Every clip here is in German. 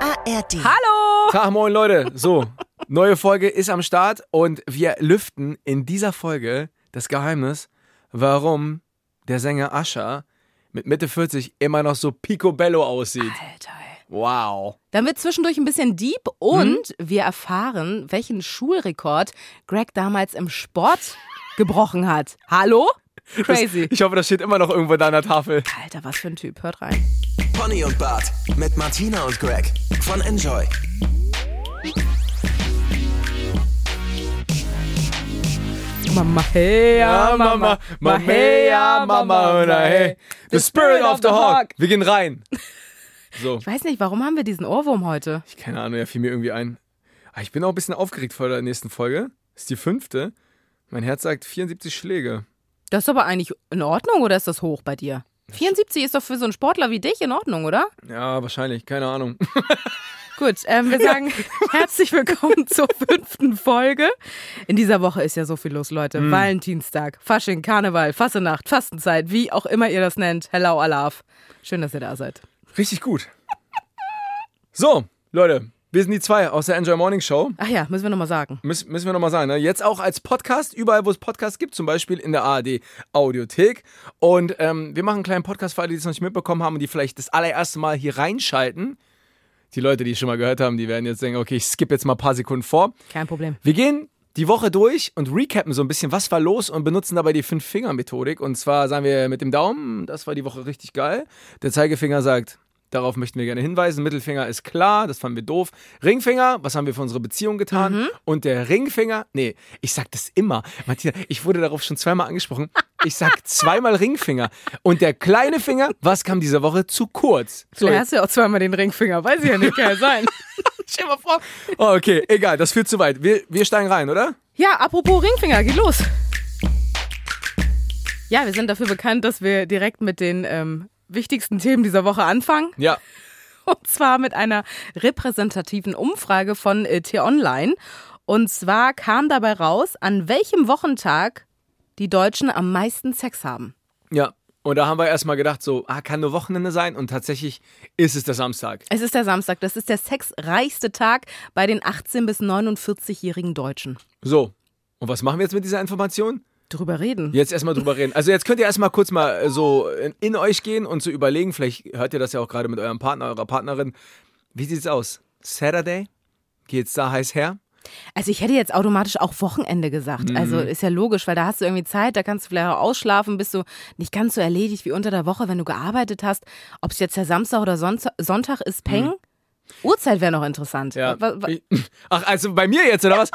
ARD. Hallo! Tag, moin Leute. So, neue Folge ist am Start und wir lüften in dieser Folge das Geheimnis, warum der Sänger Ascher mit Mitte 40 immer noch so picobello aussieht. Alter, ey. Wow. Dann wird zwischendurch ein bisschen deep und wir erfahren, welchen Schulrekord Greg damals im Sport gebrochen hat. Hallo? Crazy. Ich hoffe, das steht immer noch irgendwo da an der Tafel. Alter, was für ein Typ. Hört rein. Pony und Bart mit Martina und Greg von Enjoy. Mama her, Mama, Mama her, Mama und hey. oh, The Spirit of the Hawk. Wir gehen rein. So, Ich weiß nicht, warum haben wir diesen Ohrwurm heute? ich keine Ahnung, er fiel mir irgendwie ein. Ah, Ich bin auch ein bisschen aufgeregt vor der nächsten Folge. Ist die fünfte. Mein Herz sagt 74 Schläge. Das ist aber eigentlich in Ordnung oder ist das hoch bei dir? 74 ist doch für so einen Sportler wie dich in Ordnung, oder? Ja, wahrscheinlich, keine Ahnung. Gut, ähm, wir sagen herzlich willkommen zur fünften Folge. In dieser Woche ist ja so viel los, Leute. Valentinstag, Fasching, Karneval, Fassenacht, Fastenzeit, wie auch immer ihr das nennt. Hello, Alaf. Schön, dass ihr da seid. Richtig gut. So, Leute, wir sind die zwei aus der Enjoy Morning Show. Ach ja, müssen wir nochmal sagen. Müß, müssen wir nochmal sagen, ne? jetzt auch als Podcast, überall wo es Podcasts gibt, zum Beispiel in der ARD Audiothek. Und ähm, wir machen einen kleinen Podcast für alle, die es noch nicht mitbekommen haben und die vielleicht das allererste Mal hier reinschalten. Die Leute, die es schon mal gehört haben, die werden jetzt denken, okay, ich skippe jetzt mal ein paar Sekunden vor. Kein Problem. Wir gehen die Woche durch und recappen so ein bisschen, was war los und benutzen dabei die Fünf-Finger-Methodik. Und zwar sagen wir mit dem Daumen, das war die Woche richtig geil. Der Zeigefinger sagt, darauf möchten wir gerne hinweisen. Mittelfinger ist klar, das fanden wir doof. Ringfinger, was haben wir für unsere Beziehung getan? Und der Ringfinger, nee, ich sag das immer. Martina, ich wurde darauf schon zweimal angesprochen. Ich sag zweimal Ringfinger. Und der kleine Finger, was kam diese Woche zu kurz? So, Vielleicht hast du ja auch zweimal den Ringfinger, weiß ich ja nicht, kann ja sein. Stell dir mal vor. oh, okay, egal, das führt zu weit. Wir, wir steigen rein, oder? Ja, apropos Ringfinger, geht los. Ja, wir sind dafür bekannt, dass wir direkt mit den ähm, wichtigsten Themen dieser Woche anfangen. Ja. Und zwar mit einer repräsentativen Umfrage von äh, T-Online. Und zwar kam dabei raus, an welchem Wochentag die Deutschen am meisten Sex haben. Ja. Und da haben wir erstmal gedacht, so, ah, kann nur Wochenende sein. Und tatsächlich ist es der Samstag. Es ist der Samstag. Das ist der sexreichste Tag bei den 18- bis 49-jährigen Deutschen. So. Und was machen wir jetzt mit dieser Information? Drüber reden. Jetzt erstmal drüber reden. Also jetzt könnt ihr erstmal kurz mal äh, so in, in euch gehen und so überlegen, vielleicht hört ihr das ja auch gerade mit eurem Partner, eurer Partnerin. Wie sieht's aus? Saturday? Geht's da heiß her? Also ich hätte jetzt automatisch auch Wochenende gesagt. Also ist ja logisch, weil da hast du irgendwie Zeit, da kannst du vielleicht auch ausschlafen, bist du nicht ganz so erledigt wie unter der Woche, wenn du gearbeitet hast. Ob es jetzt der Samstag oder Sonntag, Sonntag ist, Peng. Uhrzeit wäre noch interessant. Wa- wa- Ich- Ach, also bei mir jetzt, oder was?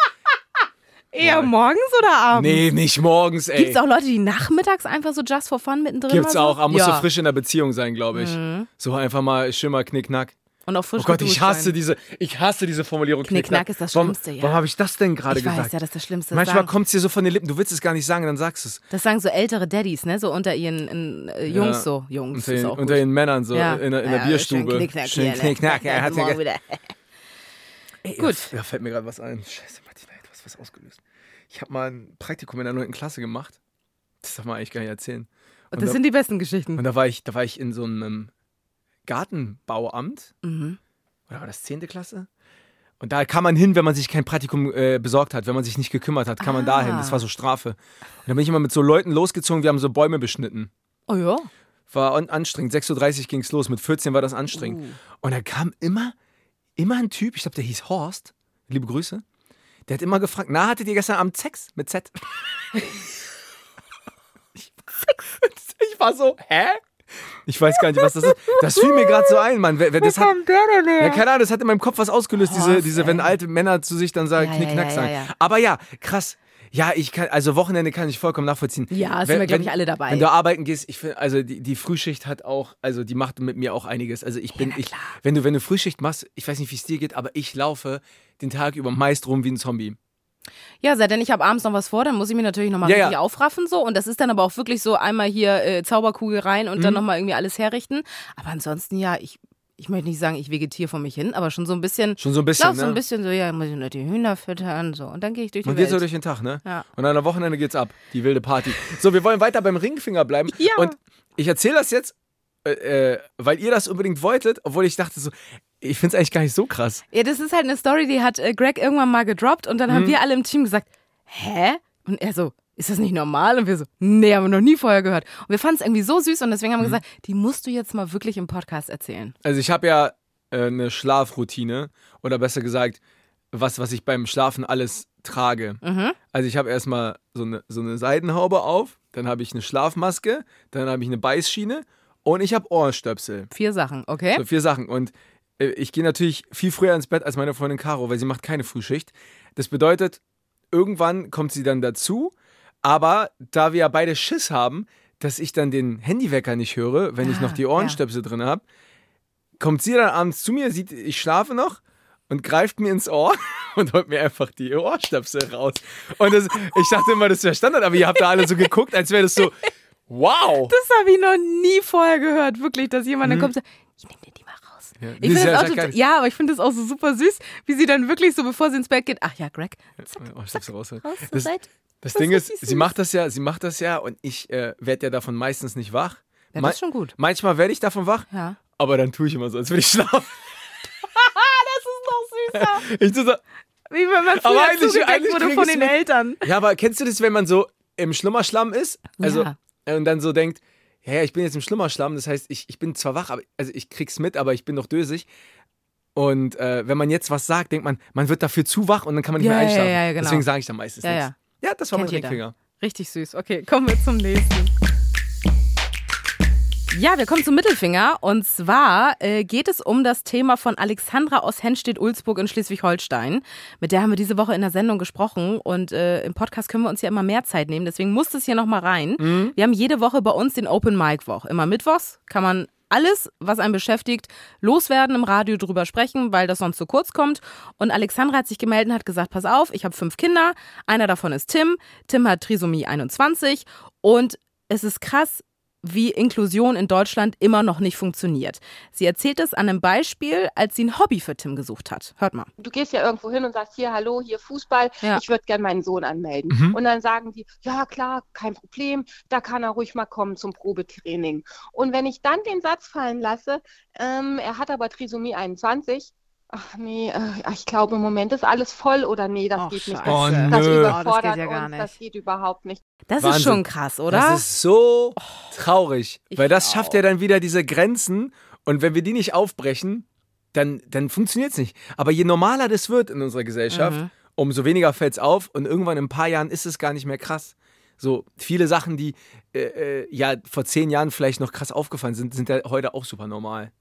Eher morgens oder abends? Nee, nicht morgens, ey. Gibt es auch Leute, die nachmittags einfach so just for fun mittendrin Gibt's mal auch. so? Mhm. Man muss ja. so frisch in der Beziehung sein, glaube ich. So einfach mal schimmer, knickknack. Und auch frisch Oh Gott, geduscht ich hasse sein. diese, ich hasse diese Formulierung. Knickknack ist das Schlimmste, warum, ja. Warum habe ich das denn gerade Ich weiß gesagt? ja, das ist das Schlimmste. Das Manchmal sagen, kommt es dir so von den Lippen, du willst es gar nicht sagen, dann sagst du es. das sagen so ältere Daddies, ne? So unter ihren äh, Jungs Ja. so. Jungs, Unter ist den, auch unter gut. den Männern so, Ja. in der, in der Ja, Bierstube. Schön knickknack. Schön hier, ne? knickknack, er hat ja Morgen ge- wieder. Ey, Gut. Da, da fällt mir gerade was ein. Scheiße, Martina, du hast was ausgelöst. Ich habe mal ein Praktikum in der 9. Klasse gemacht. Das darf man eigentlich gar nicht erzählen. Und, Das da, sind die besten Geschichten. und da, war ich, da war ich in so einem ähm, Gartenbauamt. Mhm. Oder war das 10. Klasse? Und da kann man hin, wenn man sich kein Praktikum äh, besorgt hat, wenn man sich nicht gekümmert hat, kann man da hin. Das war so Strafe. Und da bin ich immer mit so Leuten losgezogen, wir haben so Bäume beschnitten. Oh ja. War an- anstrengend. 6.30 Uhr ging es los, mit 14 war das anstrengend. Und da kam immer, immer ein Typ, ich glaube, der hieß Horst, liebe Grüße, der hat immer gefragt, na, hattet ihr gestern Abend Sex mit Z? ich, ich war so, hä? Ich weiß gar nicht, was das ist. Das fiel mir gerade so ein, Mann. Wer, wer, das hat, ja, keine Ahnung, das hat in meinem Kopf was ausgelöst, diese, Horst, diese, ey. wenn alte Männer zu sich dann sagen, Ja, ja, knickknack ja, sagen. ja, ja. Aber ja, krass. Ja, ich kann, also Wochenende kann ich vollkommen nachvollziehen. Ja, sind Wenn- wir, glaub ich, wenn- alle dabei. Wenn du arbeiten gehst, ich finde, also die, die Frühschicht hat auch, also die macht mit mir auch einiges. Also ich bin, ich, wenn du, wenn du Frühschicht machst, ich weiß nicht, wie es dir geht, aber ich laufe den Tag über meist rum wie ein Zombie. Ja, sei denn, ich habe abends noch was vor, dann muss ich mich natürlich nochmal Ja, richtig ja. aufraffen so. Und das ist dann aber auch wirklich so einmal hier äh, Zauberkugel rein und Mhm. dann nochmal irgendwie alles herrichten. Aber ansonsten ja, ich, ich möchte nicht sagen, ich vegetiere vor mich hin, aber schon so ein bisschen. Schon so ein bisschen, Lauf so ne? ein bisschen so, ja, muss ich nur die Hühner füttern so. Und dann gehe ich durch die Man geht Welt. so durch den Tag, ne? Ja. Und dann am Wochenende geht's ab. Die wilde Party. So, wir wollen weiter beim Ringfinger bleiben. Ja. Und ich erzähle das jetzt, äh, äh, weil ihr das unbedingt wolltet, obwohl ich dachte so, ich finde es eigentlich gar nicht so krass. Ja, das ist halt eine Story, die hat äh, Greg irgendwann mal gedroppt und dann Mhm. haben wir alle im Team gesagt, hä? Und er so, ist das nicht normal? Und wir so, nee, haben wir noch nie vorher gehört. Und wir fanden es irgendwie so süß und deswegen haben Mhm. wir gesagt, die musst du jetzt mal wirklich im Podcast erzählen. Also ich habe ja äh, eine Schlafroutine oder besser gesagt, was, was ich beim Schlafen alles trage. Mhm. Also ich habe erstmal so eine, so eine Seidenhaube auf, dann habe ich eine Schlafmaske, dann habe ich eine Beißschiene und ich habe Ohrenstöpsel. Vier Sachen, okay? So vier Sachen. Und äh, ich gehe natürlich viel früher ins Bett als meine Freundin Caro, weil sie macht keine Frühschicht. Das bedeutet, irgendwann kommt sie dann dazu, aber da wir ja beide Schiss haben, dass ich dann den Handywecker nicht höre, wenn ich noch die Ah, ja. Ohrenstöpsel drin habe, kommt sie dann abends zu mir, sieht, ich schlafe noch und greift mir ins Ohr und holt mir einfach die Ohrstöpsel raus. Und das, ich dachte immer, das wäre Standard, aber ihr habt da alle so geguckt, als wäre das so, wow. Das habe ich noch nie vorher gehört, wirklich, dass jemand dann kommt und sagt, ich nehme dir die mal raus. Mhm. Ja, ich das find ist ja- das auch ist ja total- geil. ja, aber ich finde das auch so super süß, wie sie dann wirklich so, bevor sie ins Bett geht, ach ja, Greg, zack, Ohrstöpsel Oh, raus. raus zur Das, Seite. Das das Ding ist ist, richtig sie süß. macht das ja, sie macht das ja und ich äh, werde ja davon meistens nicht wach. Ja, das Ma- ist schon gut. Manchmal werde ich davon wach, Ja. aber dann tue ich immer so, als würde ich schlafen. Das ist noch süßer. Ich tu so, Wie wenn man Aber früher eigentlich- zugedeckt eigentlich wurde krieg von ich's den mit. Eltern. Ja, aber kennst du das, wenn man so im Schlummerschlamm ist? Also Ja. äh, und dann so denkt, ja, ja, ich bin jetzt im Schlummerschlamm, das heißt, ich, ich bin zwar wach, aber also ich krieg's mit, aber ich bin noch dösig. Und äh, wenn man jetzt was sagt, denkt man, man wird dafür zu wach und dann kann man nicht Ja, mehr ja, einschlafen. ja, ja, genau. Deswegen sage ich dann meistens Ja, nichts. Ja. das war Kennt mein jeder. Ringfinger. Richtig süß. Okay, kommen wir zum nächsten. Ja, wir kommen zum Mittelfinger. Und zwar äh, geht es um das Thema von Alexandra aus Henstedt-Ulzburg in Schleswig-Holstein. Mit der haben wir diese Woche in der Sendung gesprochen. Und äh, im Podcast können wir uns ja immer mehr Zeit nehmen. Deswegen muss das hier nochmal rein. Wir haben jede Woche bei uns den Open Mic Woch. Immer mittwochs kann man alles, was einen beschäftigt, loswerden, im Radio drüber sprechen, weil das sonst zu kurz kommt. Und Alexandra hat sich gemeldet und hat gesagt, pass auf, ich habe fünf Kinder, einer davon ist Tim, Tim hat Trisomie 21 und es ist krass, wie Inklusion in Deutschland immer noch nicht funktioniert. Sie erzählt es an einem Beispiel, als sie ein Hobby für Tim gesucht hat. Hört mal. du gehst ja irgendwo hin und sagst, hier, hallo, hier Fußball, Ja. ich würde gerne meinen Sohn anmelden. Mhm. Und dann sagen die, ja klar, kein Problem, da kann er ruhig mal kommen zum Probetraining. Und wenn ich dann den Satz fallen lasse, ähm, er hat aber Trisomie 21, ach nee, äh, ich glaube im Moment ist alles voll oder nee, das Ach, geht nicht. Scheiße. Oh, Das, nö. Oh, das geht überfordert ja gar uns, das nicht. geht überhaupt nicht. Das Wahnsinn. ist schon krass, oder? Oh. Das ist so traurig, ich weil das auch. schafft ja dann wieder diese Grenzen und wenn wir die nicht aufbrechen, dann, dann funktioniert's nicht. Aber je normaler das wird in unserer Gesellschaft, Mhm. umso weniger fällt's auf und irgendwann in ein paar Jahren ist es gar nicht mehr krass. So viele Sachen, die äh, äh, ja vor zehn Jahren vielleicht noch krass aufgefallen sind, sind ja heute auch super normal.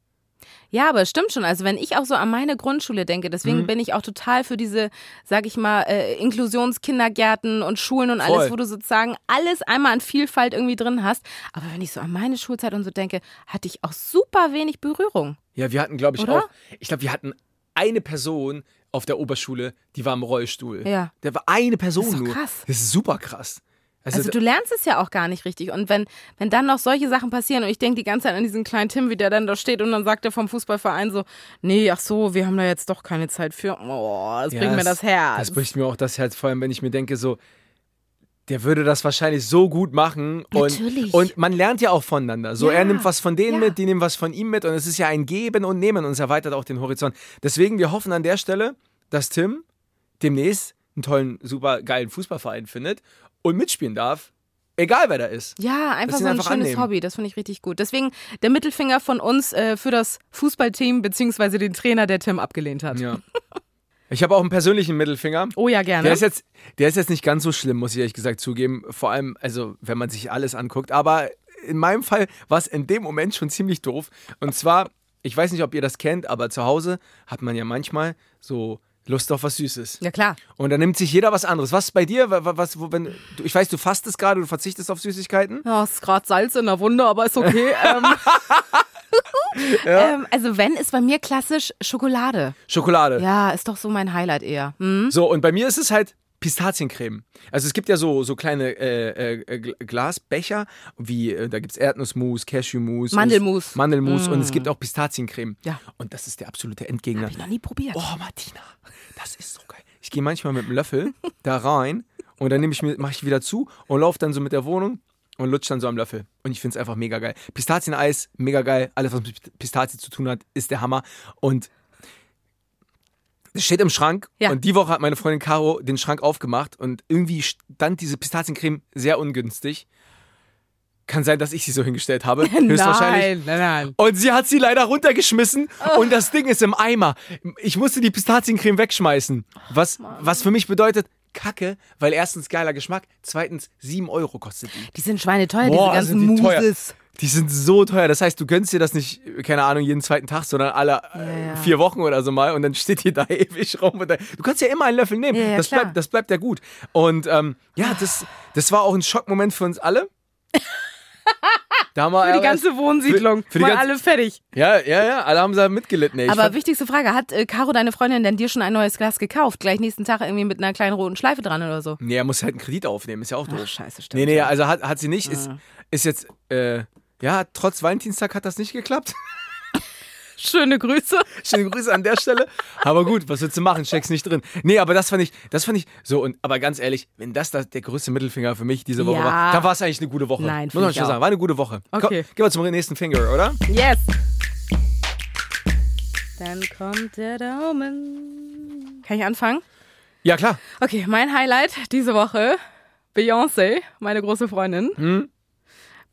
Ja, aber es stimmt schon. Also wenn ich auch so an meine Grundschule denke, Mhm. deswegen bin ich auch total für diese, sag ich mal, äh, Inklusionskindergärten und Schulen und alles, Voll. wo du sozusagen alles einmal an Vielfalt irgendwie drin hast. Aber wenn ich so an meine Schulzeit und so denke, hatte ich auch super wenig Berührung. Ja, wir hatten, glaube ich, Oder? auch. Ich glaube, wir hatten eine Person auf der Oberschule, die war im Rollstuhl. Ja. Der war eine Person Das ist doch nur. krass. Das ist super krass. Also du lernst es ja auch gar nicht richtig. Und wenn, wenn dann noch solche Sachen passieren und ich denke die ganze Zeit an diesen kleinen Tim, wie der dann da steht und dann sagt er vom Fußballverein so, nee, ach so, wir haben da jetzt doch keine Zeit für. Oh, das Ja, bringt mir es- das Herz. Das bricht mir auch das Herz, vor allem wenn ich mir denke, so, der würde das wahrscheinlich so gut machen. Und, Natürlich. und man lernt ja auch voneinander. So, Ja. er nimmt was von denen Ja. mit, die nehmen was von ihm mit. Und es ist ja ein Geben und Nehmen und es erweitert auch den Horizont. Deswegen, wir hoffen an der Stelle, dass Tim demnächst einen tollen, super geilen Fußballverein findet und mitspielen darf. Egal wer da ist. Ja, einfach Bisschen so ein einfach schönes annehmen. Hobby. Das finde ich richtig gut. Deswegen der Mittelfinger von uns äh, für das Fußballteam beziehungsweise den Trainer, der Tim abgelehnt hat. Ja. Ich habe auch einen persönlichen Mittelfinger. Oh ja, gerne. Der ist, jetzt, der ist jetzt nicht ganz so schlimm, muss ich ehrlich gesagt zugeben. Vor allem, also wenn man sich alles anguckt. Aber in meinem Fall war es in dem Moment schon ziemlich doof. Und zwar, ich weiß nicht, ob ihr das kennt, aber zu Hause hat man ja manchmal so Lust auf was Süßes. ja klar. Und dann nimmt sich jeder was anderes. Was ist bei dir? Wa- wa- Was, wo, wenn, du, ich weiß, du fastest gerade, du verzichtest auf Süßigkeiten. Ja, ist gerade Salz in der Wunde, aber ist okay. ähm, ähm, also wenn, ist bei mir klassisch Schokolade. Schokolade. Ja, ist doch so mein Highlight eher. Hm? So, und bei mir ist es halt Pistaziencreme. Also es gibt ja so, so kleine äh, äh, Gl- Glasbecher, wie äh, da gibt es Erdnussmus, Cashewmus, und- Mandelmus. Mhm. Mandelmus und es gibt auch Pistaziencreme. Ja. Und das ist der absolute Endgegner. Hab ich noch nie probiert. Oh, Martina, das ist so geil. Ich gehe manchmal mit dem Löffel da rein und dann nehme ich mir, mache ich wieder zu und laufe dann so mit der Wohnung und lutsch dann so am Löffel. Und ich finde es einfach mega geil. Pistazieneis, mega geil. Alles, was mit Pistazie zu tun hat, ist der Hammer. Und Das steht im Schrank Ja. und die Woche hat meine Freundin Caro den Schrank aufgemacht und irgendwie stand diese Pistaziencreme sehr ungünstig. Kann sein, dass ich sie so hingestellt habe. Höchstwahrscheinlich. Nein, nein, nein. Und sie hat sie leider runtergeschmissen Oh. und das Ding ist im Eimer. Ich musste die Pistaziencreme wegschmeißen. Was, Oh was für mich bedeutet, Kacke, weil erstens geiler Geschmack, zweitens 7 Euro kostet die. Die sind schweineteuer, diese Boah, ganzen sind die teuer. Muses. Die sind so teuer. Das heißt, du gönnst dir das nicht, keine Ahnung, jeden zweiten Tag, sondern alle äh, ja. vier Wochen oder so mal und dann steht die da ewig rum. Und dann, du kannst ja immer einen Löffel nehmen. Ja, ja, das, klar. bleibt, das bleibt ja gut. Und ähm, ja, das, das war auch ein Schockmoment für uns alle. Da haben wir Für die aber erst- ganze Wohnsiedlung. Für, für die Mal ganze, alle fertig. Ja, ja, ja, alle haben da mitgelitten. Ey. Ich Aber fand, wichtigste Frage, hat äh, Caro, deine Freundin, denn dir schon ein neues Glas gekauft? Gleich nächsten Tag irgendwie mit einer kleinen roten Schleife dran oder so? nee, er muss halt einen Kredit aufnehmen, ist ja auch doof. scheiße, Ah. stimmt. nee, nee, also hat, hat sie nicht. Ist, ist jetzt, äh, ja, trotz Valentinstag hat das nicht geklappt. Schöne Grüße. Schöne Grüße an der Stelle. Aber gut, was willst du machen? Steck's nicht drin. Nee, aber das fand ich, das fand ich so. Und, aber ganz ehrlich, wenn das, da der größte Mittelfinger für mich diese Woche Ja. war, dann war es eigentlich eine gute Woche. Nein, Muss find man ich schon auch. sagen, war eine gute Woche. Okay. Komm, gehen wir zum nächsten Finger, oder? Yes. Dann kommt der Daumen. Kann ich anfangen? Ja, klar. Okay, mein Highlight diese Woche, Beyoncé, meine große Freundin,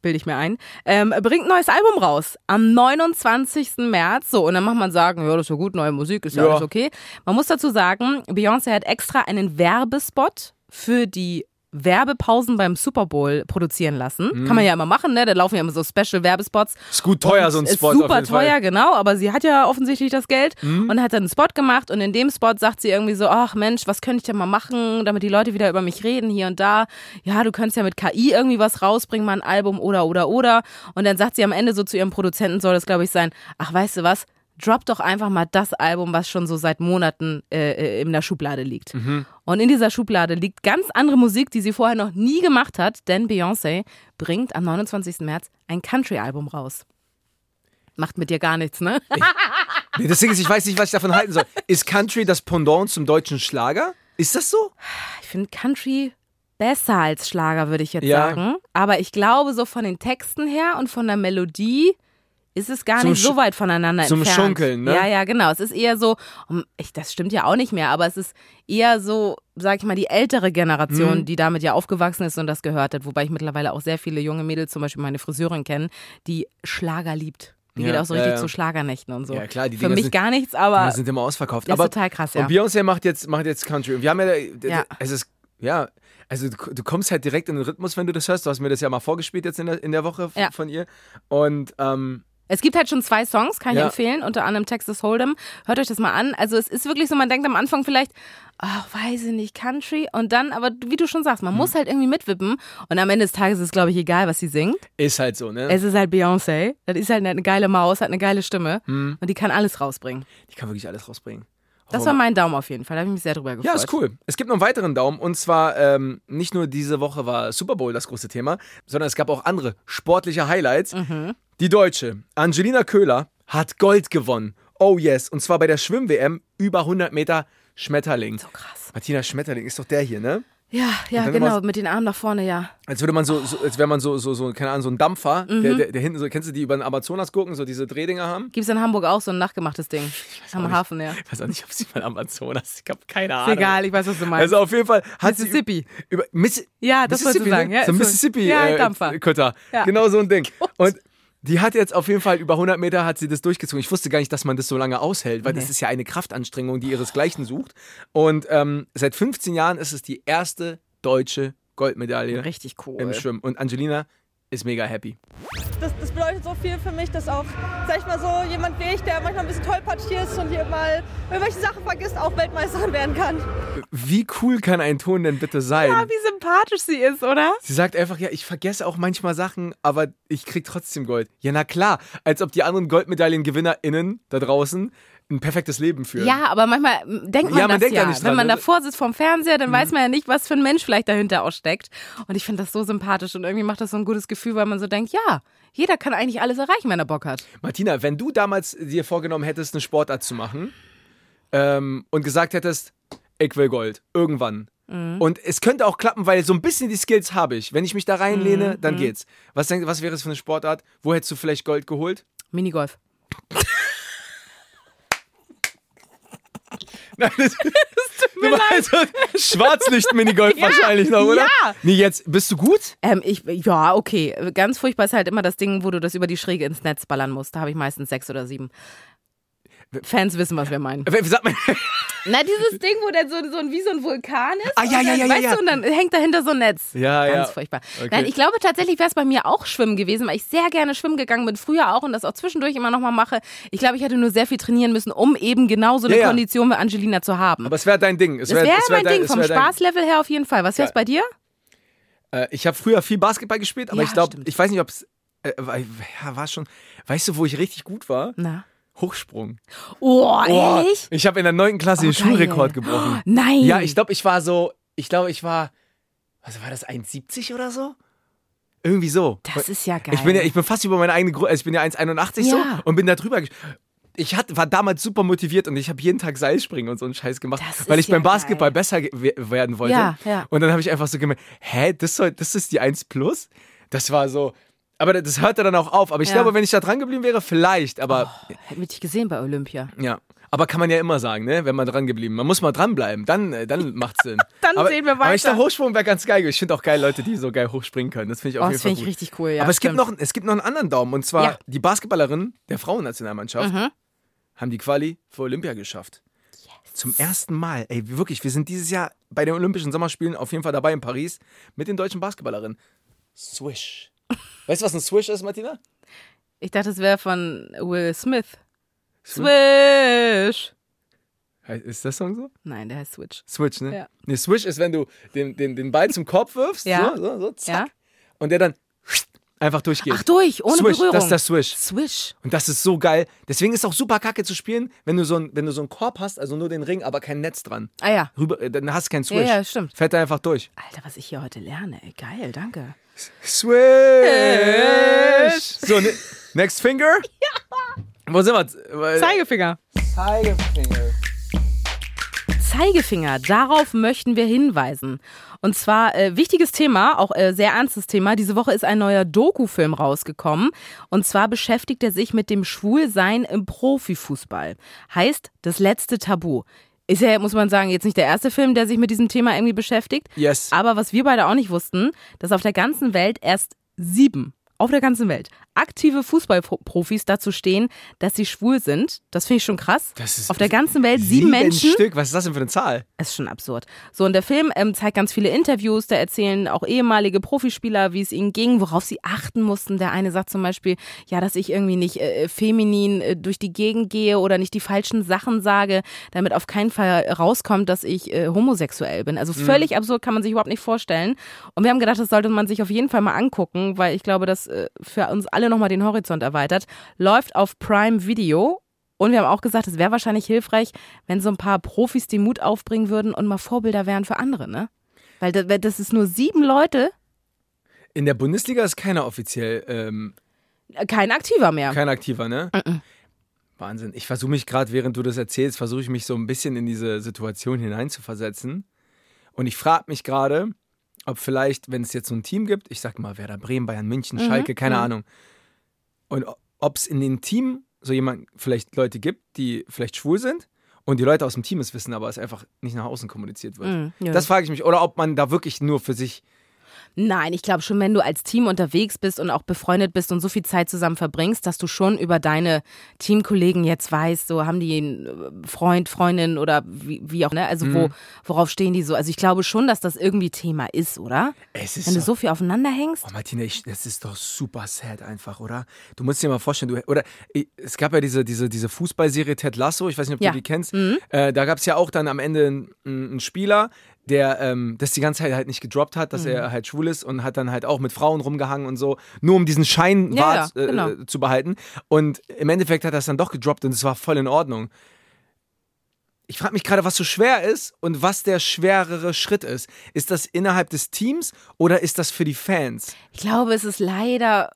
bilde ich mir ein, ähm, bringt ein neues Album raus am 29. März. So, und dann mag man sagen, ja, das ist ja gut, neue Musik, ist ja, Ja. alles okay. Man muss dazu sagen, Beyoncé hat extra einen Werbespot für die Werbepausen beim Super Bowl produzieren lassen. Kann man ja immer machen, ne? Da laufen ja immer so Special Werbespots. Ist gut teuer, so ein Ist Spot. Super auf jeden teuer, Fall. Mhm. genau, aber sie hat ja offensichtlich das Geld und hat dann einen Spot gemacht und in dem Spot sagt sie irgendwie so, ach Mensch, was könnte ich denn mal machen, damit die Leute wieder über mich reden hier und da. Ja, du könntest ja mit KI irgendwie was rausbringen, mal ein Album oder oder oder. Und dann sagt sie am Ende so zu ihrem Produzenten, soll das glaube ich sein, ach weißt du was, drop doch einfach mal das Album, was schon so seit Monaten äh, äh, in der Schublade liegt. Mhm. Und in dieser Schublade liegt ganz andere Musik, die sie vorher noch nie gemacht hat, denn Beyoncé bringt am 29. März ein Country-Album raus. Macht mit dir gar nichts, ne? Nee, das Ding ist, ich weiß nicht, was ich davon halten soll. Ist Country das Pendant zum deutschen Schlager? Ist das so? Ich finde Country besser als Schlager, würde ich jetzt Ja. sagen. Aber ich glaube, so von den Texten her und von der Melodie ist es gar Zum nicht so Sch- weit voneinander zum entfernt. Schunkeln, ne? Ja, ja, genau. Es ist eher so, hm, ich, das stimmt ja auch nicht mehr, aber es ist eher so, sag ich mal, die ältere Mhm. Generation, die damit ja aufgewachsen ist und das gehört hat. Wobei ich mittlerweile auch sehr viele junge Mädels, zum Beispiel meine Friseurin, kenne, die Schlager liebt. Die Ja, geht auch so ja, richtig ja. zu Schlagernächten und so. Ja, klar, die Für Dinger mich sind- gar nichts, aber Die sind immer ausverkauft. das ist aber, total krass, ja. Und Beyoncé macht jetzt, macht jetzt Country. Und wir haben ja, Ja. ja. es ist, ja, also du, du kommst halt direkt in den Rhythmus, wenn du das hörst. Du hast mir das ja mal vorgespielt jetzt in der, in der Woche f- Ja. von ihr. Und ähm, Es gibt halt schon zwei Songs, kann ich Ja. empfehlen, unter anderem Texas Hold'em. Hört euch das mal an. Also es ist wirklich so, man denkt am Anfang vielleicht, ach, weiß ich nicht, Country. Und dann, aber wie du schon Hm. sagst, man muss halt irgendwie mitwippen. Und am Ende des Tages ist es, glaube ich, egal, was sie singt. ist halt so, ne? Es ist halt Beyoncé. Das ist halt eine geile Maus, hat eine geile Stimme. Hm. Und die kann alles rausbringen. ich kann wirklich alles rausbringen. Das Oh, war mein Daumen auf jeden Fall. Da habe ich mich sehr drüber gefreut. ja, ist cool. Es gibt noch einen weiteren Daumen. Und zwar, ähm, nicht nur diese Woche war Super Bowl das große Thema, sondern es gab auch andere sportliche Highlights. Mhm. Die Deutsche, Angelina Köhler, hat Gold gewonnen. Oh yes. Und zwar bei der Schwimm-WM über 100 Meter Schmetterling. So Oh, krass. Martina Schmetterling ist doch der hier, ne? Ja, Und ja, dann genau, immer- mit den Armen nach vorne, ja. Als würde man so, so als wäre man so, so, so, keine Ahnung, so ein Dampfer, Mhm. der, der, der hinten so, kennst du die über den Amazonas gucken, so diese Drehdinger haben? Gibt es in Hamburg auch so ein nachgemachtes Ding? Am nicht. Hafen, ja. Ich weiß auch nicht, ob sie mal Amazonas, ich habe keine Ist Ahnung. egal, ich weiß, was du meinst. Also auf jeden Fall hat sie Mississippi. über Miss, Ja, das wolltest du Mississippi, ne? sagen, ja, so ein ist so- Mississippi ja, ein äh, Dampfer. Kutter. Ja. Genau so ein Ding. Und die hat jetzt auf jeden Fall über 100 Meter hat sie das durchgezogen. Ich wusste gar nicht, dass man das so lange aushält, weil das ist ja eine Kraftanstrengung, die ihresgleichen sucht. Und ähm, seit 15 Jahren ist es die erste deutsche Goldmedaille Richtig cool. im Schwimmen. Und Angelina ist mega happy. das, das bedeutet so viel für mich, dass auch, sag ich mal so, jemand wie ich, der manchmal ein bisschen tollpatschig ist und hier mal irgendwelche Sachen vergisst, auch Weltmeisterin werden kann. Wie cool kann ein Ton denn bitte sein? Ah, wie sympathisch sie ist, oder? Sie sagt einfach, ja, ich vergesse auch manchmal Sachen, aber ich krieg trotzdem Gold. Ja, na klar, als ob die anderen Goldmedaillengewinnerinnen da draußen ein perfektes Leben führen. Ja, aber manchmal m, denkt man Ja, man das denkt ja. da nicht Wenn dran, man ne? Mhm. davor sitzt vorm Fernseher, dann weiß man ja nicht, was für ein Mensch vielleicht dahinter auch steckt. Und ich finde das so sympathisch und irgendwie macht das so ein gutes Gefühl, weil man so denkt, ja, jeder kann eigentlich alles erreichen, wenn er Bock hat. Martina, wenn du damals dir vorgenommen hättest, eine Sportart zu machen ähm, und gesagt hättest, ich will Gold, irgendwann. Mhm. Und es könnte auch klappen, weil so ein bisschen die Skills habe ich. Wenn ich mich da reinlehne, Mhm, dann geht's. Was, denkst, was wäre es für eine Sportart? Wo hättest du vielleicht Gold geholt? Minigolf. Nein, das, du meinst Schwarzlicht-Minigolf wahrscheinlich noch, oder? ja. Nee, jetzt bist du gut? Ähm, ich, ja, okay. Ganz furchtbar ist halt immer das Ding, wo du das über die Schräge ins Netz ballern musst. Da habe ich meistens sechs oder sieben. Fans wissen, was wir meinen. Äh, Sag mal. Na, dieses Ding, wo dann so, so ein, wie so ein Vulkan ist. Ah, ja, und ja, dann, ja, ja, weißt ja. Du, und dann hängt dahinter so ein Netz. Ja, Ganz ja. furchtbar. Okay. Nein, ich glaube tatsächlich wäre es bei mir auch Schwimmen gewesen, weil ich sehr gerne schwimmen gegangen bin, früher auch und das auch zwischendurch immer nochmal mache. Ich glaube, ich hätte nur sehr viel trainieren müssen, um eben genau so eine Ja, ja. Kondition wie Angelina zu haben. Aber es wäre dein Ding. Es das wäre wär- es wär mein dein- Ding, es vom wär dein- Spaßlevel her auf jeden Fall. Was wär's bei dir? Äh, ich habe früher viel Basketball gespielt, aber Ja, ich glaube, stimmt. ich weiß nicht, ob es. Äh, war, ja, war schon. Weißt du, wo ich richtig gut war? Na. Hochsprung. Oh, Boah, ehrlich? ich habe in der neunten Klasse Oh, den Schulrekord geil. gebrochen. Nein. Ja, ich glaube, ich war so. Ich glaube, ich war. Was war das? 1,70 oder so? Irgendwie so. Das ist ja geil. Ich bin ja, ich bin fast über meine eigene Gro also ich bin ja 1,81 Ja. so und bin da drüber. gesch- Ich hat, war damals super motiviert und ich habe jeden Tag Seilspringen und so einen Scheiß gemacht, Das ist weil ich ja beim Basketball geil. besser ge- we- werden wollte. Ja, ja. Und dann habe ich einfach so gemerkt, hä, das, soll, das ist die 1 plus? Das war so. Aber das hörte dann auch auf. Aber ich Ja. Oh. glaube, wenn ich da dran geblieben wäre, vielleicht. Aber Hätten wir dich gesehen bei Olympia. ja. Aber kann man ja immer sagen, ne? wenn man dran geblieben. Man muss mal dranbleiben, dann, äh, dann macht's Sinn. Dann aber, sehen wir Aber ich weiter. glaube, Hochsprung wäre ganz geil. Ich finde auch geil Leute, die so geil hochspringen können. Das finde ich auf Oh, jeden das Fall finde gut. ich richtig cool, ja. Aber es gibt, stimmt. noch, es gibt noch einen anderen Daumen. Und zwar Ja. Mhm. die Basketballerin der Frauennationalmannschaft haben die Quali für Olympia geschafft. Zum ersten Mal. Ey, wirklich, wir sind dieses Jahr bei den Olympischen Sommerspielen auf jeden Fall dabei in Paris mit den deutschen Basketballerinnen. Swish. Weißt du, was ein Swish ist, Martina? Ich dachte, es wäre von Will Smith. Switch. Ist das Song so? Nein, der heißt Switch. Switch, ne? Ja. Nee, Swish ist, wenn du den, den, den Ball zum Korb wirfst, Ja. so, so, so, Ja? zack, und der dann einfach durchgeht. Ach, durch, ohne Swish, Berührung. das ist der Swish. Swish. Und das ist so geil. Deswegen ist auch super kacke zu spielen, wenn du so einen wenn du so einen Korb hast, also nur den Ring, aber kein Netz dran. Ah ja. Rüber, äh, dann hast du keinen Ja, Swish. ja, stimmt. Fährt er einfach durch. Alter, was ich hier heute lerne. Ey, geil, danke. Swish! So, ne, next finger? Ja! Wo sind wir? Äh, Zeigefinger. Zeigefinger, darauf möchten wir hinweisen. Und zwar äh, wichtiges Thema, auch äh, sehr ernstes Thema. Diese Woche ist ein neuer Doku-Film rausgekommen. Und zwar beschäftigt er sich mit dem Schwulsein im Profifußball. Heißt das letzte Tabu. Ist ja, muss man sagen, jetzt nicht der erste Film, der sich mit diesem Thema irgendwie beschäftigt. Yes. Aber was wir beide auch nicht wussten, dass auf der ganzen Welt erst sieben, auf der ganzen Welt, aktive Fußballprofis dazu stehen, dass sie schwul sind. Das finde ich schon krass. Das ist- also auf der ganzen Welt sieben Menschen. Stück, was ist das denn für eine Zahl? Ist schon absurd. So, und der Film ähm, zeigt ganz viele Interviews, da erzählen auch ehemalige Profispieler, wie es ihnen ging, worauf sie achten mussten. Der eine sagt zum Beispiel, ja, dass ich irgendwie nicht äh, feminin äh, durch die Gegend gehe oder nicht die falschen Sachen sage, damit auf keinen Fall rauskommt, dass ich äh, homosexuell bin. Also völlig absurd kann man sich überhaupt nicht vorstellen. Und wir haben gedacht, das sollte man sich auf jeden Fall mal angucken, weil ich glaube, das äh, für uns alle nochmal den Horizont erweitert. Läuft auf Prime Video und wir haben auch gesagt, es wäre wahrscheinlich hilfreich, wenn so ein paar Profis den Mut aufbringen würden und mal Vorbilder wären für andere, ne? Weil da- weil das ist nur sieben Leute, In der Bundesliga ist keiner offiziell ähm, äh, kein Aktiver mehr. kein aktiver, ne? Wahnsinn. Ich versuche mich gerade, während du das erzählst, versuche ich mich so ein bisschen in diese Situation hineinzuversetzen. Und ich frage mich gerade, ob vielleicht, wenn es jetzt so ein Team gibt, ich sag mal Werder Bremen, Bayern München, Schalke, keine Ahnung, und ob es in dem Team so jemand vielleicht Leute gibt, die vielleicht schwul sind und die Leute aus dem Team es wissen, aber es einfach nicht nach außen kommuniziert wird. Mhm, ja. Das frage ich mich. Oder ob man da wirklich nur für sich Nein, ich glaube schon, wenn du als Team unterwegs bist und auch befreundet bist und so viel Zeit zusammen verbringst, dass du schon über deine Teamkollegen jetzt weißt, so haben die einen äh, Freund, Freundin oder wie, wie auch, ne? Also Mhm. wo, worauf stehen die so? Also ich glaube schon, dass das irgendwie Thema ist, oder? Es ist wenn du doch- so viel aufeinander hängst. Oh, Martina, ich, das ist doch super sad einfach, oder? Du musst dir mal vorstellen, du, oder ich, es gab ja diese, diese, diese Fußballserie Ted Lasso, ich weiß nicht, ob Ja. du die kennst. Äh, da gab es ja auch dann am Ende einen- einen Spieler, der ähm, das die ganze Zeit halt nicht gedroppt hat, dass er halt schwul ist und hat dann halt auch mit Frauen rumgehangen und so, nur um diesen Schein Ja, wahr ja, genau. äh, zu behalten. Und im Endeffekt hat er es dann doch gedroppt und es war voll in Ordnung. Ich frage mich gerade, was so schwer ist und was der schwerere Schritt ist. Ist das innerhalb des Teams oder ist das für die Fans? Ich glaube, es ist leider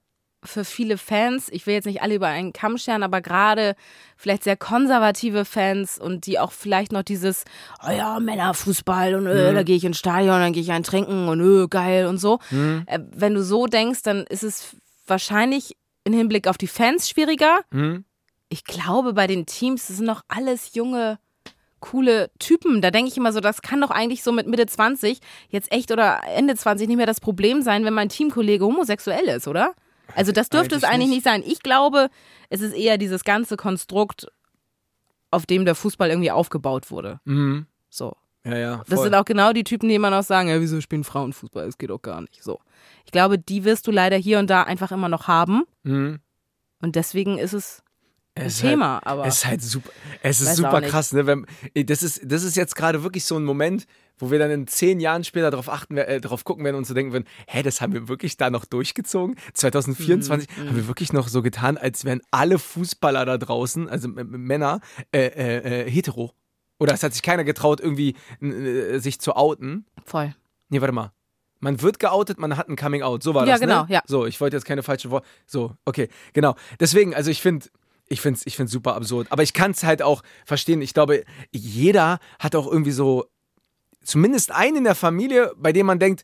für viele Fans, ich will jetzt nicht alle über einen Kamm scheren, aber gerade vielleicht sehr konservative Fans und die auch vielleicht noch dieses, oh ja, Männerfußball und äh, da gehe ich ins Stadion, dann gehe ich ein trinken und äh, geil und so. Äh, wenn du so denkst, dann ist es wahrscheinlich im Hinblick auf die Hm? Fans schwieriger. Ich glaube, bei den Teams das sind noch alles junge, coole Typen. Da denke ich immer so, das kann doch eigentlich so mit Mitte 20 jetzt echt oder Ende 20 nicht mehr das Problem sein, wenn mein Teamkollege homosexuell ist, oder? Also das dürfte es Eigentlich eigentlich nicht sein. Ich glaube, es ist eher dieses ganze Konstrukt, auf dem der Fußball irgendwie aufgebaut wurde. Mhm. So. Ja, ja. Das voll. sind auch genau die Typen, die immer noch sagen, ja, wieso spielen Frauen Fußball? Das geht doch gar nicht. So. Ich glaube, die wirst du leider hier und da einfach immer noch haben. Mhm. Und deswegen ist es ein Es ist halt- Thema. aber Es ist halt super, es ist Weiß auch super nicht. krass, ne? Wenn, ey, das, ist, das ist jetzt gerade wirklich so ein Moment, wo wir dann in zehn Jahren später darauf achten, wer- äh, drauf gucken werden und so denken werden, hä, das haben wir wirklich da noch durchgezogen? 2024 Mhm, haben wir wirklich noch so getan, als wären alle Fußballer da draußen, also M M- Männer, äh, äh, äh, hetero. Oder es hat sich keiner getraut, irgendwie äh, sich zu outen. voll. Nee, warte mal. Man wird geoutet, man hat ein Coming Out. So war Ja, das. genau, ne? ja. So, ich wollte jetzt keine falsche Worte. So, okay, genau. Deswegen, also ich finde. Ich finde es ich find's super absurd. Aber ich kann es halt auch verstehen. Ich glaube, jeder hat auch irgendwie so zumindest einen in der Familie, bei dem man denkt,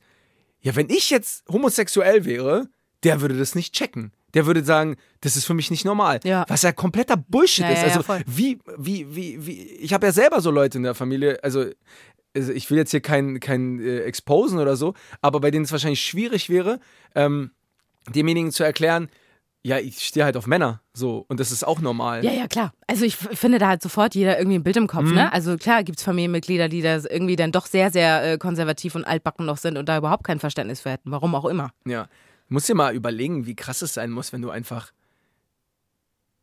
ja, wenn ich jetzt homosexuell wäre, der würde das nicht checken. Der würde sagen, das ist für mich nicht normal. Ja. Was ja kompletter Bullshit Ja, ist. ja, ja, Also voll. wie, wie, wie, wie, ich habe ja selber so Leute in der Familie, also also ich will jetzt hier keinen kein, äh, exposen oder so, aber bei denen es wahrscheinlich schwierig wäre, ähm, demjenigen zu erklären, ja, ich stehe halt auf Männer so und das ist auch normal. Ja, ja, klar. Also ich f- finde da halt sofort jeder irgendwie ein Bild im Kopf, Mhm. ne? Also klar gibt's Familienmitglieder, die da irgendwie dann doch sehr, sehr äh, konservativ und altbacken noch sind und da überhaupt kein Verständnis für hätten. Warum auch immer. Ja. Muss dir mal überlegen, wie krass es sein muss, wenn du einfach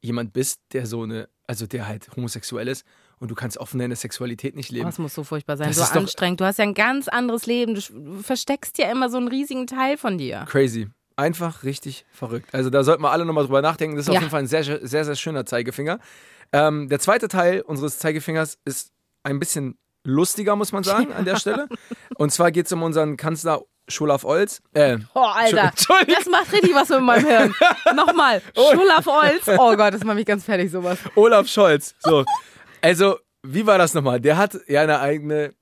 jemand bist, der so eine, also der halt homosexuell ist und du kannst offen deine Sexualität nicht Oh, leben. das muss so furchtbar sein, Das so ist doch- anstrengend. Du hast ja ein ganz anderes Leben. Du sch- versteckst ja immer so einen riesigen Teil von dir. Crazy. Einfach richtig verrückt. Also da sollten wir alle nochmal drüber nachdenken. Das ist Ja. auf jeden Fall ein sehr, sehr, sehr schöner Zeigefinger. Ähm, der zweite Teil unseres Zeigefingers ist ein bisschen lustiger, muss man sagen, an der Stelle. Und zwar geht es um unseren Kanzler Scholaf Olz. Äh, Oh, Alter. Entschuldigung. Das macht richtig was mit meinem Hirn. Nochmal. Schulaf Olz. Oh Gott, das macht mich ganz fertig, sowas. Olaf Scholz. So. Also, wie war das nochmal? Der hat ja eine eigene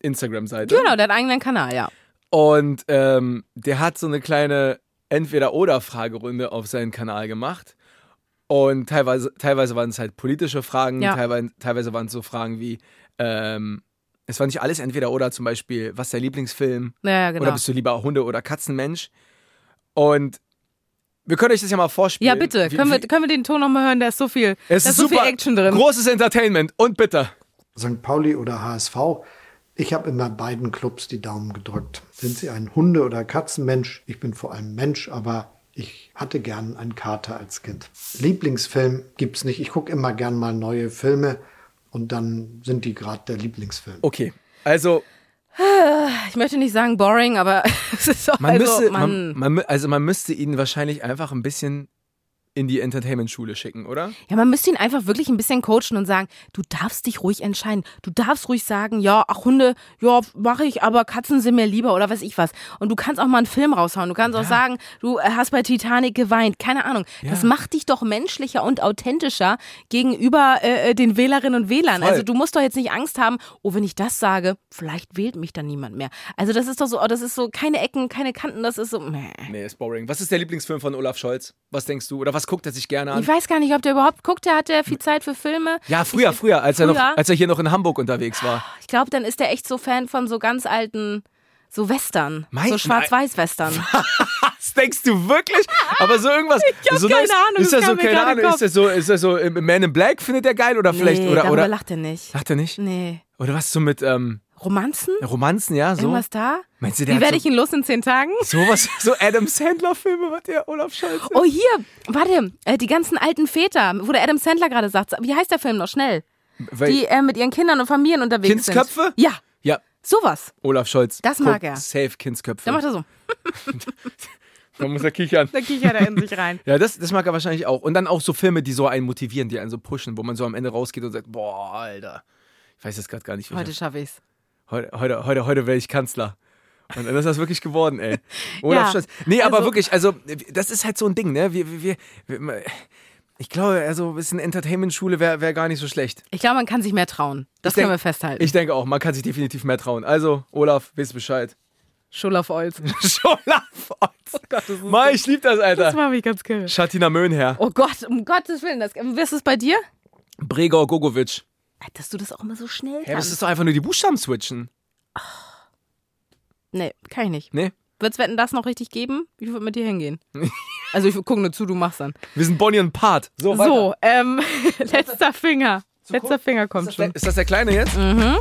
Instagram-Seite. Genau, deinen eigenen Kanal, ja. Und ähm, der hat so eine kleine Entweder-Oder-Fragerunde auf seinen Kanal gemacht. Und teilweise, teilweise waren es halt politische Fragen, Ja. teilweise, teilweise waren es so Fragen wie, ähm, es war nicht alles Entweder-Oder, zum Beispiel, was ist dein Lieblingsfilm? Ja, ja, genau. Oder bist du lieber Hunde- oder Katzenmensch? Und wir können euch das ja mal vorspielen. ja, bitte. äh, Wie- Können wir, wie- können wir den Ton nochmal hören? Da ist so viel, es da ist ist so super, viel Action drin. großes Entertainment und bitter. St. Pauli oder HSV. Ich habe immer beiden Clubs die Daumen gedrückt. Sind Sie ein Hunde- oder Katzenmensch? Ich bin vor allem Mensch, aber ich hatte gern einen Kater als Kind. Lieblingsfilm gibt's nicht. Ich gucke immer gern mal neue Filme und dann sind die gerade der Lieblingsfilm. Okay, also Ich möchte nicht sagen boring, aber es ist doch Man also, müsste, man, man, man, mü- also man müsste ihn wahrscheinlich einfach ein bisschen in die Entertainment-Schule schicken, oder? ja, man müsste ihn einfach wirklich ein bisschen coachen und sagen, du darfst dich ruhig entscheiden. Du darfst ruhig sagen, ja, ach Hunde, ja, mache ich, aber Katzen sind mir lieber oder weiß ich was. Und du kannst auch mal einen Film raushauen. Du kannst auch sagen, du äh, hast bei Titanic geweint. Keine Ahnung. Das macht dich doch menschlicher und authentischer gegenüber äh, äh, den Wählerinnen und Wählern. Voll. Also du musst doch jetzt nicht Angst haben, oh, wenn ich das sage, vielleicht wählt mich dann niemand mehr. Also das ist doch so, oh, das ist so keine Ecken, keine Kanten, das ist so, meh. Nee, ist boring. Was ist der Lieblingsfilm von Olaf Scholz? Was denkst du? Oder was guckt er sich gerne an? Ich weiß gar nicht, ob der überhaupt guckt. Der hat ja viel Zeit für Filme. Ja, früher, früher, als er, noch, Früher? als er hier noch in Hamburg unterwegs war. Ich glaube, dann ist der echt so Fan von so ganz alten, so Western. Mein- so Schwarz-Weiß-Western. Das denkst du wirklich? Aber so irgendwas. Ich hab so keine nice- Ahnung, Ist das er so, kam mir keine gerade Ahnung, in den ist er so, ist er so, äh, Man in Black findet er geil oder vielleicht, nee, oder, darüber oder? lacht er nicht. Lacht er nicht? Nee. Oder was so mit ähm, Romanzen? Romanzen, ja, so? Irgendwas da? Meinst du, der Wie hat werde ich so, ihn los in zehn Tagen? sowas, so Adam Sandler-Filme hat der Olaf Scholz? Oh, hier, warte, äh, die ganzen alten Väter, wo der Adam Sandler gerade sagt, wie heißt der Film noch schnell? Weil- Die äh, mit ihren Kindern und Familien unterwegs Kindsköpfe? sind. Ja, ja, sowas. Olaf Scholz. Das mag guckt er. Safe Kindsköpfe. Da macht er so, Man muss ja kichern. da kichert er in sich rein. Ja, das, das mag er wahrscheinlich auch. Und dann auch so Filme, die so einen motivieren, die einen so pushen, wo man so am Ende rausgeht und sagt, boah, Alter. Ich weiß jetzt gerade gar nicht, Heute welcher- schaffe ich's. heute, heute, heute, heute wäre ich Kanzler. Und dann ist das wirklich geworden, ey. Olaf Ja, Scholz. Nee, aber also- wirklich, also, das ist halt so ein Ding, ne? Wir, wir, wir, wir ich glaube, also, ein bisschen Entertainment-Schule wäre wär gar nicht so schlecht. Ich glaube, man kann sich mehr trauen. Das Ich können denk- wir festhalten. Ich denke auch, man kann sich definitiv mehr trauen. Also, Olaf, wisst Bescheid. Schulaf Olz. Scholaf Otz. Mann, ich lieb Oh das, Das Alter. war mich ganz kirre. Shatina Möhnherr. ähm, Oh Gott, um Gottes Willen, das, was ist es bei dir? Bregor Gogovic. dass du das auch immer so schnell Hä, das kannst. ist doch einfach nur die Buchstaben switchen. Nee, kann ich nicht. Nee? Wird's Wetten das noch richtig geben? Ich würde mit dir hingehen. also ich gucke nur zu, du machst dann. Wir sind Bonnie und Part. So, Oh, weiter. So, ähm, letzter Finger. Letzter Finger kommt Ist das, schon. der, ist das der Kleine jetzt? Mhm.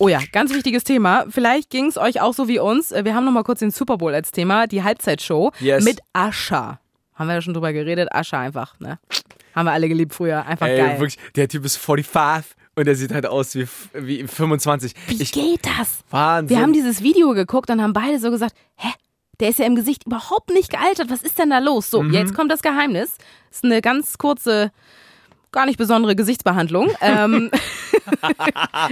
Oh ja, ganz wichtiges Thema. Vielleicht ging's euch auch so wie uns. Wir haben nochmal kurz den Super Bowl als Thema, die Halbzeitshow Yes. mit Ascha. Haben wir ja schon drüber geredet. Ascha einfach, ne? Haben wir alle geliebt früher. Einfach Ey, geil. wirklich, der Typ ist 45 und der sieht halt aus wie, f- wie 25. Wie Ich, geht das? Wahnsinn. Wir haben dieses Video geguckt und haben beide so gesagt, hä? Der ist ja im Gesicht überhaupt nicht gealtert. Was ist denn da los? Mhm. So, jetzt kommt das Geheimnis. Ist eine ganz kurze, gar nicht besondere Gesichtsbehandlung. Ähm,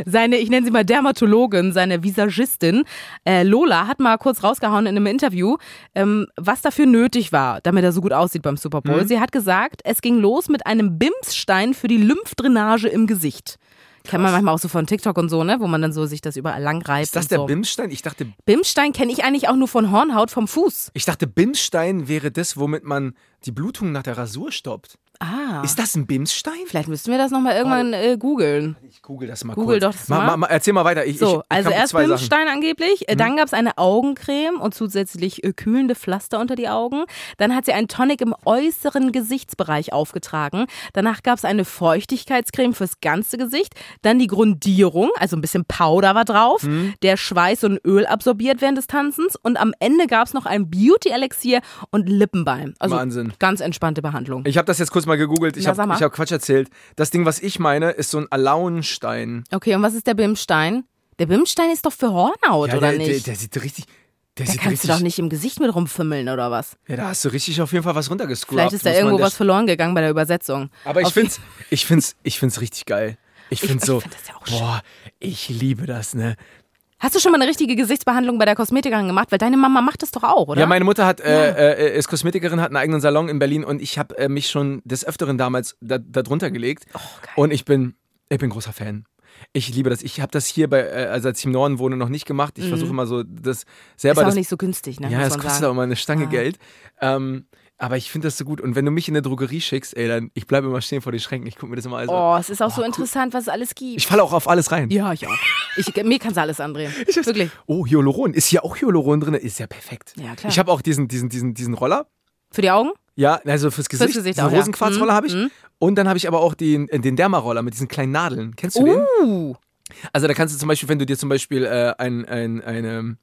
seine, ich nenne sie mal Dermatologin, seine Visagistin, äh, Lola, hat mal kurz rausgehauen in einem Interview, ähm, was dafür nötig war, damit er so gut aussieht beim Super Bowl. Mhm. Sie hat gesagt, es ging los mit einem Bimsstein für die Lymphdrainage im Gesicht. Kennt man manchmal auch so von TikTok und so, ne, wo man dann so sich das überall lang reibt. ist das und der so. Bimsstein? Ich dachte, Bimsstein kenne ich eigentlich auch nur von Hornhaut vom Fuß. ich dachte, Bimsstein wäre das, womit man die Blutung nach der Rasur stoppt. Ah. Ist das ein Bimsstein? Vielleicht müssten wir das nochmal irgendwann äh, googeln. Ich google das mal Google kurz. doch das Ma- mal. ma- ma- erzähl mal weiter. Ich, ich, So, ich also hab erst zwei Sachen. Mhm. Bimsstein angeblich, äh, dann gab es eine Augencreme und zusätzlich äh, kühlende Pflaster unter die Augen. Dann hat sie einen Tonic im äußeren Gesichtsbereich aufgetragen. Danach gab es eine Feuchtigkeitscreme fürs ganze Gesicht. Dann die Grundierung, also ein bisschen Powder war drauf, Mhm. der Schweiß und Öl absorbiert während des Tanzens. Und am Ende gab es noch ein Beauty-Elixier und Lippenbalm. Also Wahnsinn. ganz entspannte Behandlung. Ich habe das jetzt kurz mal gegoogelt. Ich Na, sag habe mal. hab Quatsch erzählt. Das Ding, was ich meine, ist so ein Alaunstein. Okay, und was ist der Bimstein? Der Bimstein ist doch für Hornhaut, oder der, Der, nicht? der sieht richtig. Der da sieht kannst du richtig. doch nicht im Gesicht mit rumfümmeln, oder was? Ja, da hast du richtig auf jeden Fall was runtergescrollt. Vielleicht ist da irgendwo was verloren gegangen bei der Übersetzung. Aber ich Auf- find's, ich find's, ich find's richtig geil. Ich find's ich so. find das ja auch boah, ich liebe das, ne? Hast du schon mal eine richtige Gesichtsbehandlung bei der Kosmetikerin gemacht? Weil deine Mama macht das doch auch, oder? Ja, meine Mutter hat, äh, äh, ist Kosmetikerin, hat einen eigenen Salon in Berlin und ich habe äh, mich schon des Öfteren damals da, da drunter gelegt. Oh, geil. und ich bin, ich bin großer Fan. Ich liebe das. Ich habe das hier bei, äh, also als ich im Norden wohne, noch nicht gemacht. Ich versuche immer so das Mhm. ist selber. auch das, nicht so günstig, ne? ja, muss das man kostet auch sagen. immer eine Stange Geld. Ähm, aber ich finde das so gut. Und wenn du mich in eine Drogerie schickst, ey, dann ich bleibe immer stehen vor den Schränken. Ich gucke mir das immer alles an. Oh, es ist auch so interessant, was es alles gibt. Ich falle auch auf alles rein. ja, ich auch. Ich, mir kannst du alles andrehen. Wirklich. Oh, Hyaluron. Ist hier auch Hyaluron drin? Ist ja perfekt. Ja, klar. Ich habe auch diesen, diesen, diesen, diesen Roller. Für die Augen? Ja, also fürs Gesicht. Gesicht diesen auch, ja. Mhm. Rosenquarzroller habe ich. Und dann habe ich aber auch den, äh, den Dermaroller mit diesen kleinen Nadeln. Kennst du den? Uh. Also da kannst du zum Beispiel, wenn du dir zum Beispiel äh, ein, ein, eine,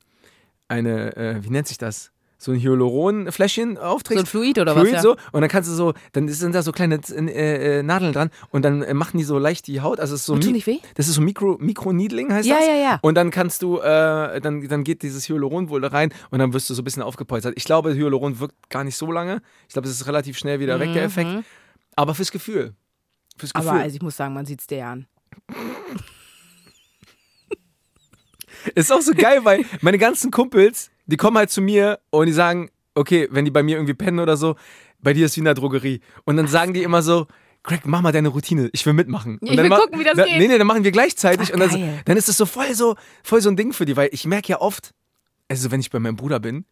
eine äh, wie nennt sich das? So ein Hyaluron-Fläschchen aufträgst. So ein Fluid oder was, Fluid ja. so. Und dann kannst du so, dann sind da so kleine äh, äh, Nadeln dran und dann äh, machen die so leicht die Haut. Also es ist so Und tun Mi- nicht weh? Das ist so Mikro, Mikroneedling heißt Ja, das. ja, ja. Und dann kannst du, äh, dann, dann geht dieses Hyaluron wohl da rein und dann wirst du so ein bisschen aufgepolstert. Ich glaube, Hyaluron wirkt gar nicht so lange. Ich glaube, es ist relativ schnell wieder weg, der Effekt. Aber fürs Gefühl. Fürs Gefühl. Mhm. Aber also ich muss sagen, man sieht es dir an. Ist auch so geil, weil meine ganzen Kumpels, die kommen halt zu mir und die sagen, okay, wenn die bei mir irgendwie pennen oder so, bei dir ist wie in der Drogerie. Und dann sagen die immer so, Greg, mach mal deine Routine, ich will mitmachen. Ja, und ich dann will ma- gucken, wie das dann, geht. Nee, nee, dann machen wir gleichzeitig. Ach, und dann, so- geil. dann ist es so voll, so voll so ein Ding für die, weil ich merke ja oft, also wenn ich bei meinem Bruder bin,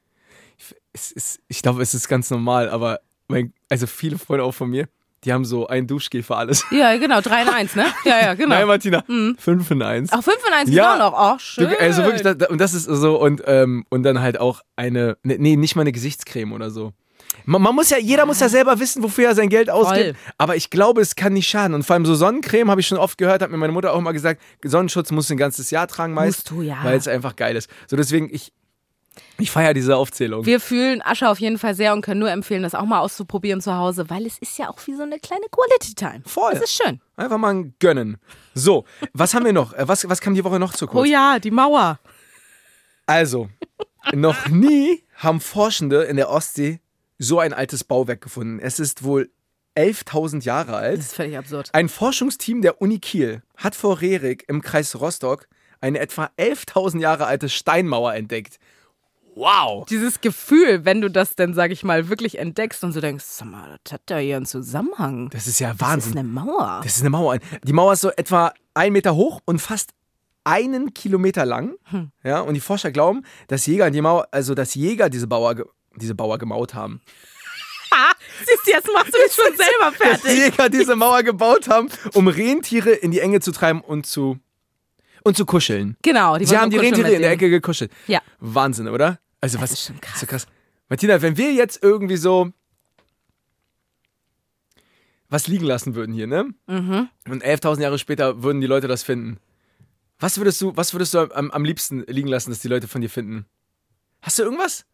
ich- es ist, ich glaube, es ist ganz normal, aber mein, also viele Freunde auch von mir, die haben so ein Duschgel für alles. Ja, genau, 3 in 1, ne? Ja, ja, genau. Nein, Martina, fünf in eins. Ach, 5 in 1 Ja. ja. auch noch. Oh, schön. Du- Also wirklich, da- da- und das ist so, und, ähm, und dann halt auch eine, ne- nee, nicht mal eine Gesichtscreme oder so. Man, man muss ja, jeder muss ja selber wissen, wofür er sein Geld ausgibt. Aber ich glaube, es kann nicht schaden. Und vor allem so Sonnencreme habe ich schon oft gehört, hat mir meine Mutter auch mal gesagt, Sonnenschutz musst du ein ganzes Jahr tragen meist. Musst du, ja. Weil es einfach geil ist. So deswegen, ich, ich feiere diese Aufzählung. Wir fühlen Asche auf jeden Fall sehr und können nur empfehlen, das auch mal auszuprobieren zu Hause, weil es ist ja auch wie so eine kleine Quality Time. Voll. Das ist schön. Einfach mal ein gönnen. So, was haben wir noch? Äh, Was, was kam Oh die Woche noch zu kurz? Oh ja, die Mauer. Also, noch nie haben Forschende in der Ostsee so ein altes Bauwerk gefunden. Es ist wohl 11.000 Jahre Das alt. ist völlig absurd. Ein Forschungsteam der Uni Kiel hat vor Rerik im Kreis Rostock eine etwa 11.000 Jahre alte Steinmauer entdeckt. Wow! Dieses Gefühl, wenn du das denn, sag ich mal, wirklich entdeckst und so denkst, sag mal, das hat ja hier einen Zusammenhang. Das ist ja Das ist Wahnsinn. eine Mauer. Das ist eine Mauer. Die Mauer ist so etwa einen Meter hoch und fast einen Kilometer lang. Ja, und die Forscher glauben, dass Jäger die Mauer, also dass Jäger diese Bauer, ge- diese Bauer gemaut haben. Siehst du, jetzt machst du mich schon selber dass die fertig. Jäger diese Mauer gebaut haben, um Rentiere in die Enge zu treiben und zu, und zu kuscheln. Genau, die Sie wollen haben die kuscheln Rentiere mit in der denen. Ecke gekuschelt. Ja. Wahnsinn, oder? Also was ist schon krass. So krass. Martina, wenn wir jetzt irgendwie so was liegen lassen würden hier, ne? Mhm. Und 11.000 Jahre später würden die Leute das finden. Was würdest du, was würdest du am, am liebsten liegen lassen, dass die Leute von dir finden? Hast du irgendwas?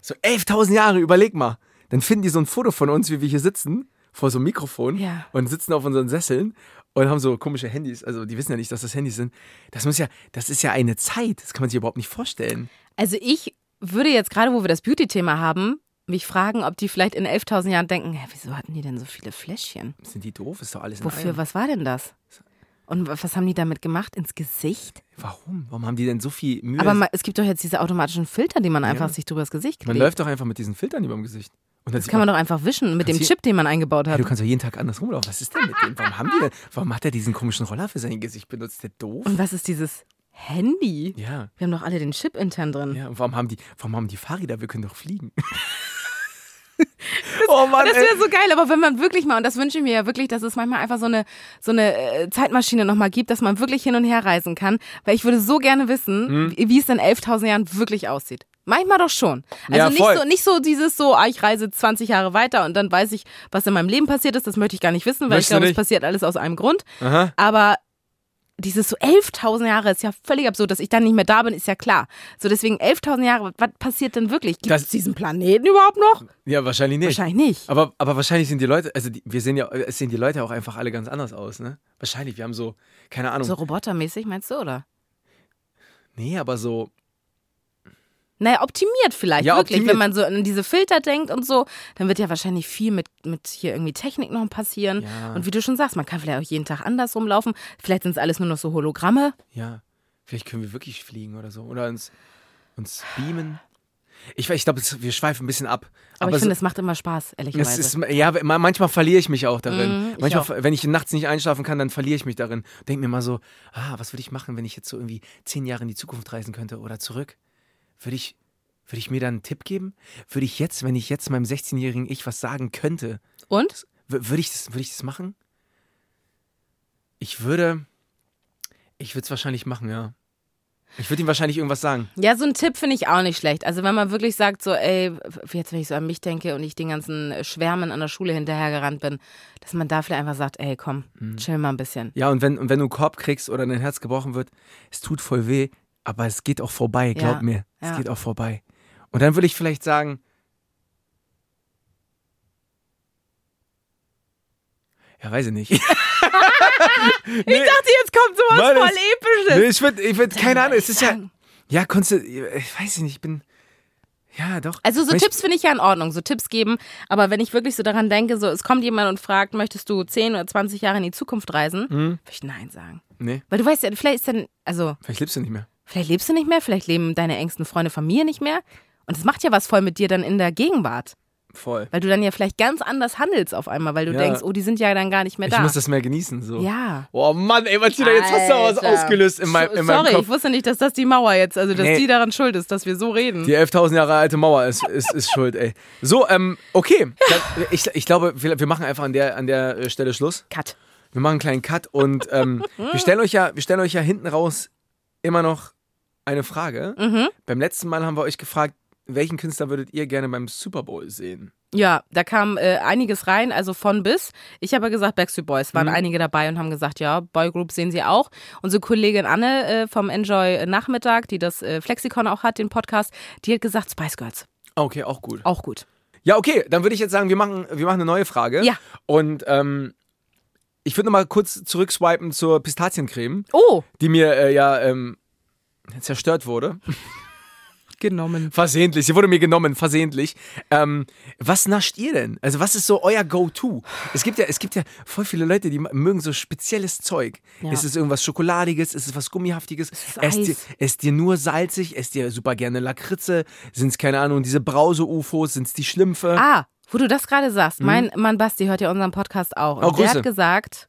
So 11.000 Jahre, überleg mal. Dann finden die so ein Foto von uns, wie wir hier sitzen, vor so einem Mikrofon Ja. und sitzen auf unseren Sesseln und haben so komische Handys. Also die wissen ja nicht, dass das Handys sind. Das muss ja, das ist ja eine Zeit. Das kann man sich überhaupt nicht vorstellen. Also ich würde jetzt gerade, wo wir das Beauty-Thema haben, mich fragen, ob die vielleicht in 11.000 Jahren denken, hä, wieso hatten die denn so viele Fläschchen? Sind die doof? Ist doch alles in Wofür, einem. was war denn das? Und wa- was haben die damit gemacht? Ins Gesicht? Warum? Warum haben die denn so viel Mühe? Aber ma- es gibt doch jetzt diese automatischen Filter, die man einfach sich drüber das Gesicht klebt. man läuft doch einfach mit diesen Filtern über dem Gesicht. Und dann das kann man doch einfach wischen mit dem Kannst du- Chip, den man eingebaut hat. Hey, du kannst doch jeden Tag anders rumlaufen. Was ist denn mit dem? Warum haben die denn? Warum hat er diesen komischen Roller für sein Gesicht benutzt? Der doof? Und was ist dieses Handy? Ja. Wir haben doch alle den Chip intern drin. Ja, und warum haben die, warum haben die Fahrräder? Wir können doch fliegen. oh Mann, Das ey. wäre so geil, aber wenn man wirklich mal, und das wünsche ich mir ja wirklich, dass es manchmal einfach so eine, so eine äh, Zeitmaschine nochmal gibt, dass man wirklich hin und her reisen kann, weil ich würde so gerne wissen, Hm. wie, wie es in 11.000 Jahren wirklich aussieht. Manchmal doch schon. Also Ja, nicht, voll. so, nicht so dieses so, ah, ich reise 20 Jahre weiter und dann weiß ich, was in meinem Leben passiert ist, das möchte ich gar nicht wissen, weil ich Möchtest du glaube, es nicht? passiert alles aus einem Grund. Aha. Aber dieses so 11.000 Jahre ist ja völlig absurd, dass ich dann nicht mehr da bin, ist ja klar. So deswegen 11.000 Jahre, was passiert denn wirklich? Gibt Das- es diesen Planeten überhaupt noch? Ja, wahrscheinlich nicht. Wahrscheinlich nicht. Aber, aber wahrscheinlich sind die Leute, also die, wir sehen ja, es sehen die Leute auch einfach alle ganz anders aus, ne? Wahrscheinlich, wir haben so, keine Ahnung. So robotermäßig, meinst du, oder? nee, aber so, Naja, optimiert vielleicht, Ja, wirklich. optimiert. Wenn man so an diese Filter denkt und so, dann wird ja wahrscheinlich viel mit, mit hier irgendwie Technik noch passieren. Ja. Und wie du schon sagst, man kann vielleicht auch jeden Tag anders rumlaufen. Vielleicht sind es alles nur noch so Hologramme. Ja, vielleicht können wir wirklich fliegen oder so. Oder uns, uns beamen. Ich, we- ich glaube, es- wir schweifen ein bisschen ab. Aber, ich so- finde, es macht immer Spaß, es ehrlicherweise. ist, ja, ma- manchmal verliere ich mich auch Mhm, darin. ich manchmal, auch. ver- wenn ich nachts nicht einschlafen kann, dann verliere ich mich darin. Denk mir mal so, ah, was würde ich machen, wenn ich jetzt so irgendwie zehn Jahre in die Zukunft reisen könnte oder zurück? Würde ich, würde ich mir dann einen Tipp geben? Würde ich jetzt, wenn ich jetzt meinem 16-jährigen Ich was sagen könnte, und? W- Würde ich, das- würde ich das machen? Ich würde. Ich würde es wahrscheinlich machen, ja. Ich würde ihm wahrscheinlich irgendwas sagen. Ja, so ein Tipp finde ich auch nicht schlecht. Also wenn man wirklich sagt, so, ey, jetzt wenn ich so an mich denke und ich den ganzen Schwärmen an der Schule hinterhergerannt bin, dass man da vielleicht einfach sagt, ey, komm, chill mal ein bisschen. Mhm. Ja, und wenn, und wenn du einen Korb kriegst oder dein Herz gebrochen wird, es tut voll weh, aber es geht auch vorbei, glaub Ja, mir. ja. Es geht auch vorbei. Und dann würde ich vielleicht sagen. Ja, weiß ich nicht. Ich dachte, jetzt kommt sowas Nein, das- voll Episches. Nee, ich würde, ich würd, keine Ahnung, es ist ja. sagen. Ja, konntest du, ich weiß nicht, ich bin. Ja, doch. Also so Wenn ich- Tipps finde ich ja in Ordnung, so Tipps geben. Aber wenn ich wirklich so daran denke, so es kommt jemand und fragt, möchtest du 10 oder 20 Jahre in die Zukunft reisen, Mhm. würde ich Nein sagen. Nee, Weil du weißt ja, vielleicht ist dann, also vielleicht lebst du nicht mehr. vielleicht lebst du nicht mehr, vielleicht leben deine engsten Freunde, Familie nicht mehr. Und das macht ja was voll mit dir dann in der Gegenwart. Voll. Weil du dann ja vielleicht ganz anders handelst auf einmal, weil du Ja. denkst, oh, die sind ja dann gar nicht mehr Ich da. muss das mehr genießen, so. ja. Oh Mann, ey, Martina, jetzt hast du aber was Alter. ausgelöst in, mein, in meinem Sorry, ich Kopf. wusste nicht, dass das die Mauer jetzt, also dass Nee. die daran schuld ist, dass wir so reden. Die 11.000 Jahre alte Mauer ist, ist, ist schuld, ey. So, ähm, okay. Dann, Ich, ich glaube, wir, wir machen einfach an der, an der äh, Stelle Schluss. Cut. Wir machen einen kleinen Cut und ähm, wir, stellen euch ja, wir stellen euch ja hinten raus immer noch eine Frage. Beim letzten Mal haben wir euch gefragt, welchen Künstler würdet ihr gerne beim Super Bowl sehen? Ja, da kam äh, einiges rein, also von bis. Ich habe ja gesagt, Backstreet Boys waren einige dabei und haben gesagt, ja, Boygroup sehen sie auch. Unsere Kollegin Anne äh, vom Enjoy Nachmittag, die das äh, Flexikon auch hat, den Podcast, die hat gesagt, Spice Girls, Okay, auch gut. auch gut. Ja, okay, dann würde ich jetzt sagen, wir machen, wir machen eine neue Frage. Ja. Und ähm, ich würde nochmal kurz zurückswipen zur Pistaziencreme. Oh, die mir äh, ja ähm, zerstört wurde. genommen. Versehentlich. Sie wurde mir genommen, versehentlich. Ähm, was nascht ihr denn? Also, was ist so euer Go-To? Es gibt ja, es gibt ja voll viele Leute, die mögen so spezielles Zeug. Ja. Ist es irgendwas Schokoladiges? Ist es was Gummihaftiges? ist Esst dir, Eis. esst dir nur salzig? Esst dir super gerne Lakritze? Sind es, keine Ahnung, diese Brause-UFOs? Sind es die Schlümpfe? Ah, wo du das gerade sagst, mein Mann Basti hört ja unseren Podcast auch. Und Hm? Oh, der Grüße. hat gesagt,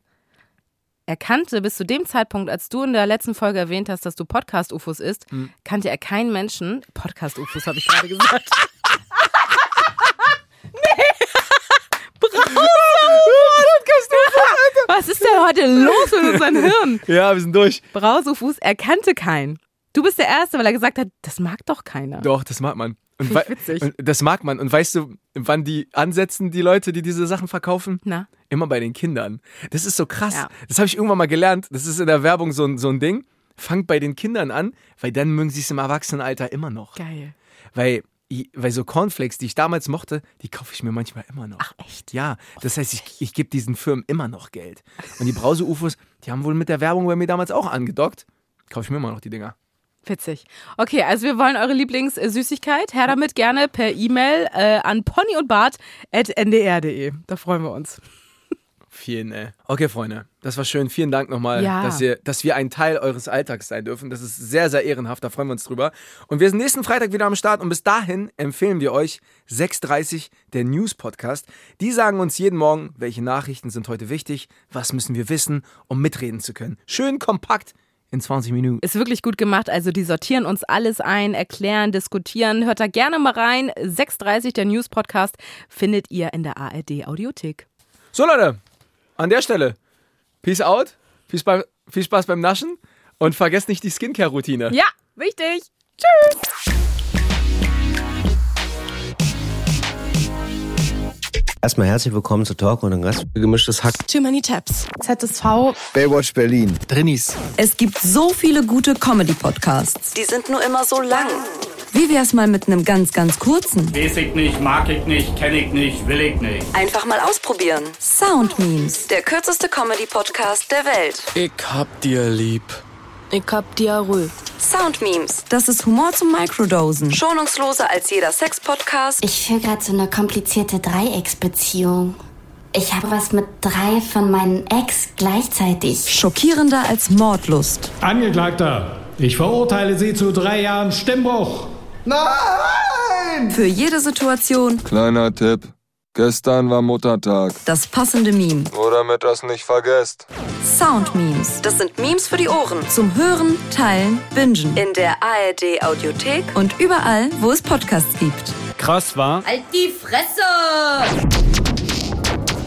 er kannte bis zu dem Zeitpunkt, als du in der letzten Folge erwähnt hast, dass du Podcast-UFos isst, Hm. kannte er keinen Menschen. Podcast-UFos habe ich gerade gesagt. denn heute los mit unserem Hirn? Ja, wir sind durch. Brausefuß erkannte keinen. Du bist der Erste, weil er gesagt hat, das mag doch keiner. Doch, das mag man. Und Finde ich wei- witzig. Und das mag man. Und weißt du, wann die ansetzen, die Leute, die diese Sachen verkaufen? Na? Immer bei den Kindern. Das ist so krass. Ja. Das habe ich irgendwann mal gelernt. Das ist in der Werbung so ein, so ein Ding. Fangt bei den Kindern an, weil dann mögen sie es im Erwachsenenalter immer noch. Geil. Weil, i- weil so Cornflakes, die ich damals mochte, die kaufe ich mir manchmal immer noch. Ach echt? Ja, das heißt, ich, ich gebe diesen Firmen immer noch Geld. Und die Brause-UFOs, die haben wohl mit der Werbung bei mir damals auch angedockt. Kaufe ich mir immer noch die Dinger. Witzig. Okay, also wir wollen eure Lieblingssüßigkeit. Her damit gerne per E-Mail äh, an ponyundbart.ndr.de. E. Da freuen wir uns. Vielen, ey. Okay, Freunde, das war schön. Vielen Dank nochmal, Ja. dass, ihr, dass wir ein Teil eures Alltags sein dürfen. Das ist sehr, sehr ehrenhaft. Da freuen wir uns drüber. Und wir sind nächsten Freitag wieder am Start. Und bis dahin empfehlen wir euch 6.30 der News Podcast. Die sagen uns jeden Morgen, welche Nachrichten sind heute wichtig, was müssen wir wissen, um mitreden zu können. Schön kompakt in 20 Minuten. Ist wirklich gut gemacht. Also die sortieren uns alles ein, erklären, diskutieren. Hört da gerne mal rein. 6.30 der News Podcast findet ihr in der ARD Audiothek. So, Leute, an der Stelle. Peace out. Viel Spaß, viel Spaß beim Naschen. Und vergesst nicht die Skincare-Routine. Ja, wichtig. Erstmal herzlich willkommen zu Talk und den Gast. Gemischtes Hack. Too many taps. Baywatch Berlin. Es gibt so viele gute Comedy-Podcasts. Die sind nur immer so lang. Wie wär's mal mit einem ganz, ganz kurzen? Weiß ich nicht, mag ich nicht, kenne ich nicht, will ich nicht. Einfach mal ausprobieren. Sound Memes. Der kürzeste Comedy-Podcast der Welt. Ich hab dir lieb. Ich hab Diarrhoe. Sound Memes. Das ist Humor zum Microdosen. Schonungsloser als jeder Sex-Podcast. Ich führe gerade so eine komplizierte Dreiecksbeziehung. Ich habe was mit drei von meinen Ex gleichzeitig. Schockierender als Mordlust. Angeklagter, ich verurteile Sie zu drei Jahren Stimmbruch. Nein! Für jede Situation Kleiner Tipp. Gestern war Muttertag. das passende Meme. Nur damit das nicht vergesst. Sound Memes. Das sind Memes für die Ohren. Zum Hören, Teilen, Bingen. In der ARD Audiothek. Und überall, wo es Podcasts gibt. Krass war.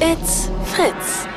It's Fritz.